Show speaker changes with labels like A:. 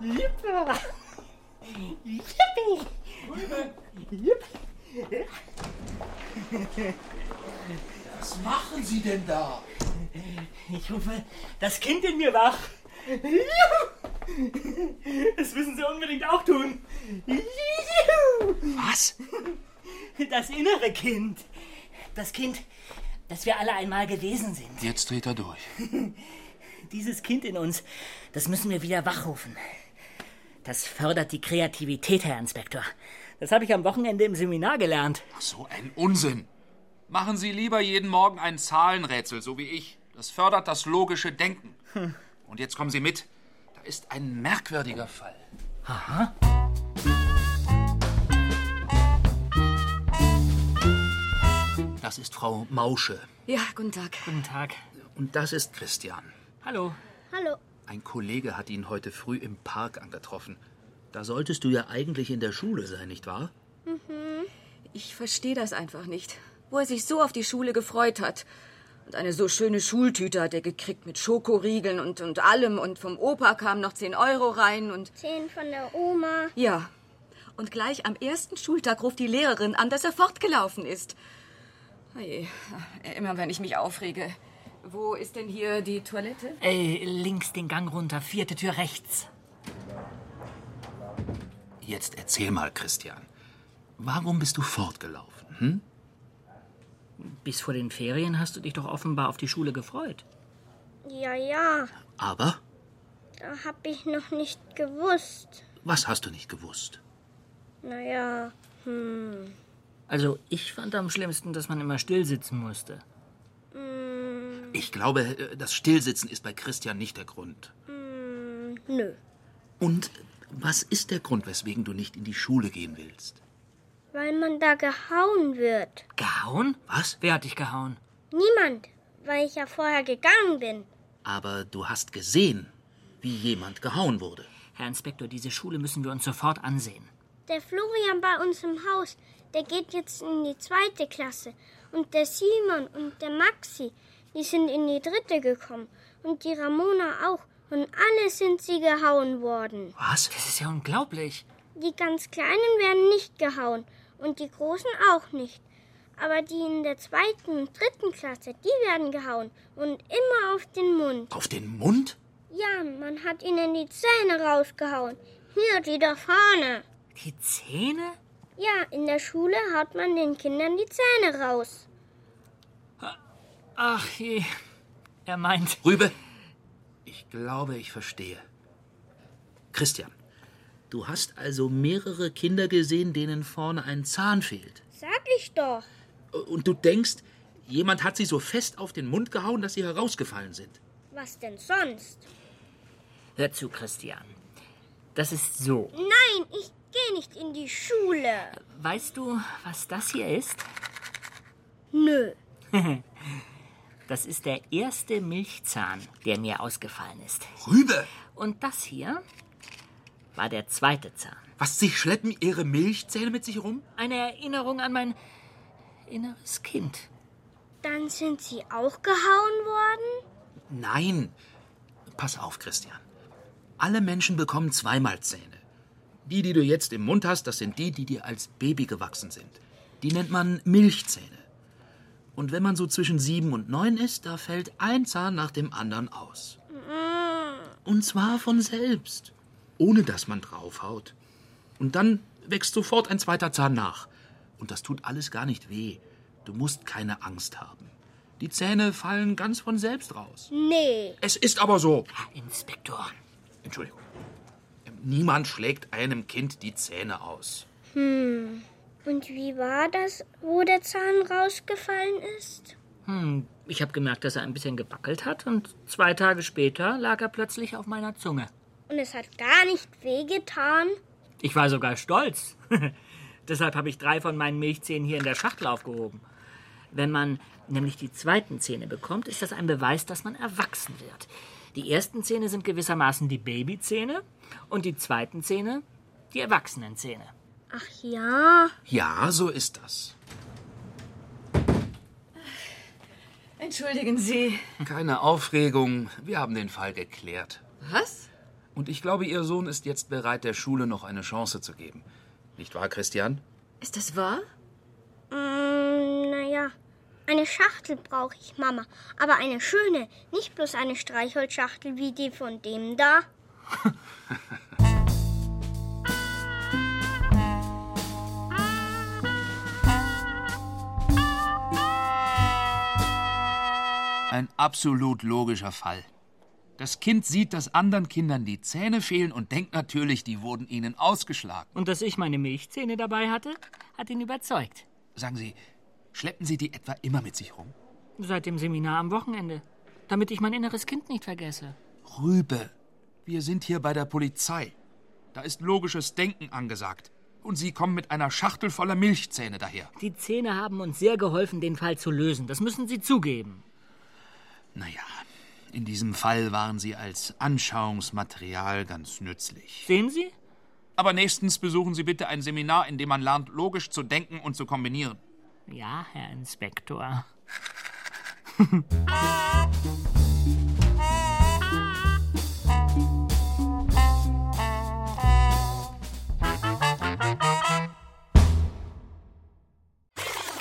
A: Yippie! Yippie! Yippie!
B: Was machen Sie denn da?
A: Ich rufe das Kind in mir wach. Juhu! Das müssen Sie unbedingt auch tun. Juhu!
B: Was?
A: Das innere Kind. Das Kind, das wir alle einmal gewesen sind.
B: Jetzt dreht er durch.
A: Dieses Kind in uns, das müssen wir wieder wachrufen. Das fördert die Kreativität, Herr Inspektor. Das habe ich am Wochenende im Seminar gelernt.
B: Ach, so ein Unsinn. Machen Sie lieber jeden Morgen ein Zahlenrätsel, so wie ich. Das fördert das logische Denken. Und jetzt kommen Sie mit. Da ist ein merkwürdiger Fall. Aha. Das ist Frau Mausche
C: Ja, guten Tag.
A: Guten Tag.
B: und das ist Christian.
A: Hallo.
D: Hallo.
B: Ein Kollege hat ihn heute früh im Park angetroffen. Da solltest du ja eigentlich in der Schule sein, nicht wahr?
C: Ich verstehe das einfach nicht. Wo er sich so auf die Schule gefreut hat. Und eine so schöne Schultüte hat er gekriegt mit Schokoriegeln und, und allem. Und vom Opa kamen noch 10 Euro rein und.
D: Zehn von der Oma.
C: Ja. Und gleich am ersten Schultag ruft die Lehrerin an, dass er fortgelaufen ist. Oje, immer wenn ich mich aufrege. Wo ist denn hier die Toilette?
A: Äh, links den Gang runter, vierte Tür rechts.
B: Jetzt erzähl mal, Christian. Warum bist du fortgelaufen? Hm?
A: Bis vor den Ferien hast du dich doch offenbar auf die Schule gefreut.
D: Ja, ja.
B: Aber
D: Da hab ich noch nicht gewusst.
B: was hast du nicht gewusst?
D: Naja.
A: Also ich fand am schlimmsten, dass man immer still sitzen musste.
B: Ich glaube, äh, das Stillsitzen ist bei Christian nicht der Grund.
D: Nö.
B: Und was ist der Grund, weswegen du nicht in die Schule gehen willst?
D: Weil man da gehauen wird.
A: Gehauen?
B: Was?
A: Wer hat dich gehauen?
D: Niemand. Weil ich ja vorher gegangen bin.
B: Aber du hast gesehen, wie jemand gehauen wurde.
A: Herr Inspektor, diese Schule müssen wir uns sofort ansehen.
D: Der Florian bei uns im Haus, der geht jetzt in die zweite Klasse. Und der Simon und der Maxi, die sind in die dritte gekommen. Und die Ramona auch. Und alle sind sie gehauen worden.
B: Was?
A: Das ist ja unglaublich.
D: Die ganz Kleinen werden nicht gehauen. Und die Großen auch nicht. Aber die in der zweiten und dritten Klasse, die werden gehauen. Und immer auf den Mund.
B: Auf den Mund?
D: Ja, man hat ihnen die Zähne rausgehauen. Hier, die da vorne.
A: Die Zähne?
D: Ja, in der Schule haut man den Kindern die Zähne raus.
A: Ach je. Er meint.
B: Rübe? Ich glaube, ich verstehe. Christian, du hast also mehrere Kinder gesehen, denen vorne ein Zahn fehlt.
D: Sag ich doch.
B: Und du denkst, jemand hat sie so fest auf den Mund gehauen, dass sie herausgefallen sind.
D: Was denn sonst?
A: Hör zu, Christian. Das ist so.
D: Nein, ich gehe nicht in die Schule.
A: Weißt du, was das hier ist?
D: Nö.
A: Das ist der erste Milchzahn, der mir ausgefallen ist.
B: Rübe,
A: Und das hier war der zweite Zahn.
B: was, sie schleppen ihre Milchzähne mit sich rum?
A: Eine Erinnerung an mein inneres Kind.
D: Dann sind sie auch gehauen worden?
B: Nein. Pass auf, Christian. Alle Menschen bekommen zweimal Zähne. Die, die du jetzt im Mund hast, das sind die, die dir als Baby gewachsen sind. Die nennt man Milchzähne. Und wenn man so zwischen sieben und neun ist, da fällt ein Zahn nach dem anderen aus. Und zwar von selbst, ohne dass man draufhaut. Und dann wächst sofort ein zweiter Zahn nach. Und das tut alles gar nicht weh. Du musst keine Angst haben. Die Zähne fallen ganz von selbst raus.
D: Nee.
B: Es ist aber so.
A: Herr Inspektor,
B: Entschuldigung. Ähm, Niemand schlägt einem Kind die Zähne aus.
D: Und wie war das, wo der Zahn rausgefallen ist?
A: Hm, ich habe gemerkt, dass er ein bisschen gewackelt hat und zwei Tage später lag er plötzlich auf meiner Zunge.
D: und es hat gar nicht wehgetan.
A: Ich war sogar stolz. Deshalb habe ich drei von meinen Milchzähnen hier in der Schachtel aufgehoben. Wenn man nämlich die zweiten Zähne bekommt, ist das ein Beweis, dass man erwachsen wird. Die ersten Zähne sind gewissermaßen die Babyzähne und die zweiten Zähne die Erwachsenenzähne.
D: Ach ja,
B: Ja, so ist das.
C: Entschuldigen Sie.
B: Keine Aufregung, wir haben den Fall geklärt.
C: Was?
B: Und ich glaube, Ihr Sohn ist jetzt bereit, der Schule noch eine Chance zu geben. Nicht wahr, Christian?
C: Ist das wahr?
D: ähm, naja. Eine Schachtel brauche ich, Mama. Aber eine schöne, nicht bloß eine Streichholzschachtel wie die von dem da.
B: Ein absolut logischer Fall. Das Kind sieht, dass anderen Kindern die Zähne fehlen und denkt natürlich, die wurden ihnen ausgeschlagen.
A: Und dass ich meine Milchzähne dabei hatte, hat ihn überzeugt.
B: Sagen Sie, schleppen Sie die etwa immer mit sich rum?
A: Seit dem Seminar am Wochenende. Damit ich mein inneres Kind nicht vergesse.
B: Rübe, wir sind hier bei der Polizei. Da ist logisches Denken angesagt. Und Sie kommen mit einer Schachtel voller Milchzähne daher.
A: Die Zähne haben uns sehr geholfen, den Fall zu lösen. Das müssen Sie zugeben.
B: Naja, in diesem Fall waren Sie als Anschauungsmaterial ganz nützlich.
A: Sehen Sie?
B: Aber nächstens besuchen Sie bitte ein Seminar, in dem man lernt, logisch zu denken und zu kombinieren.
A: Ja, Herr Inspektor.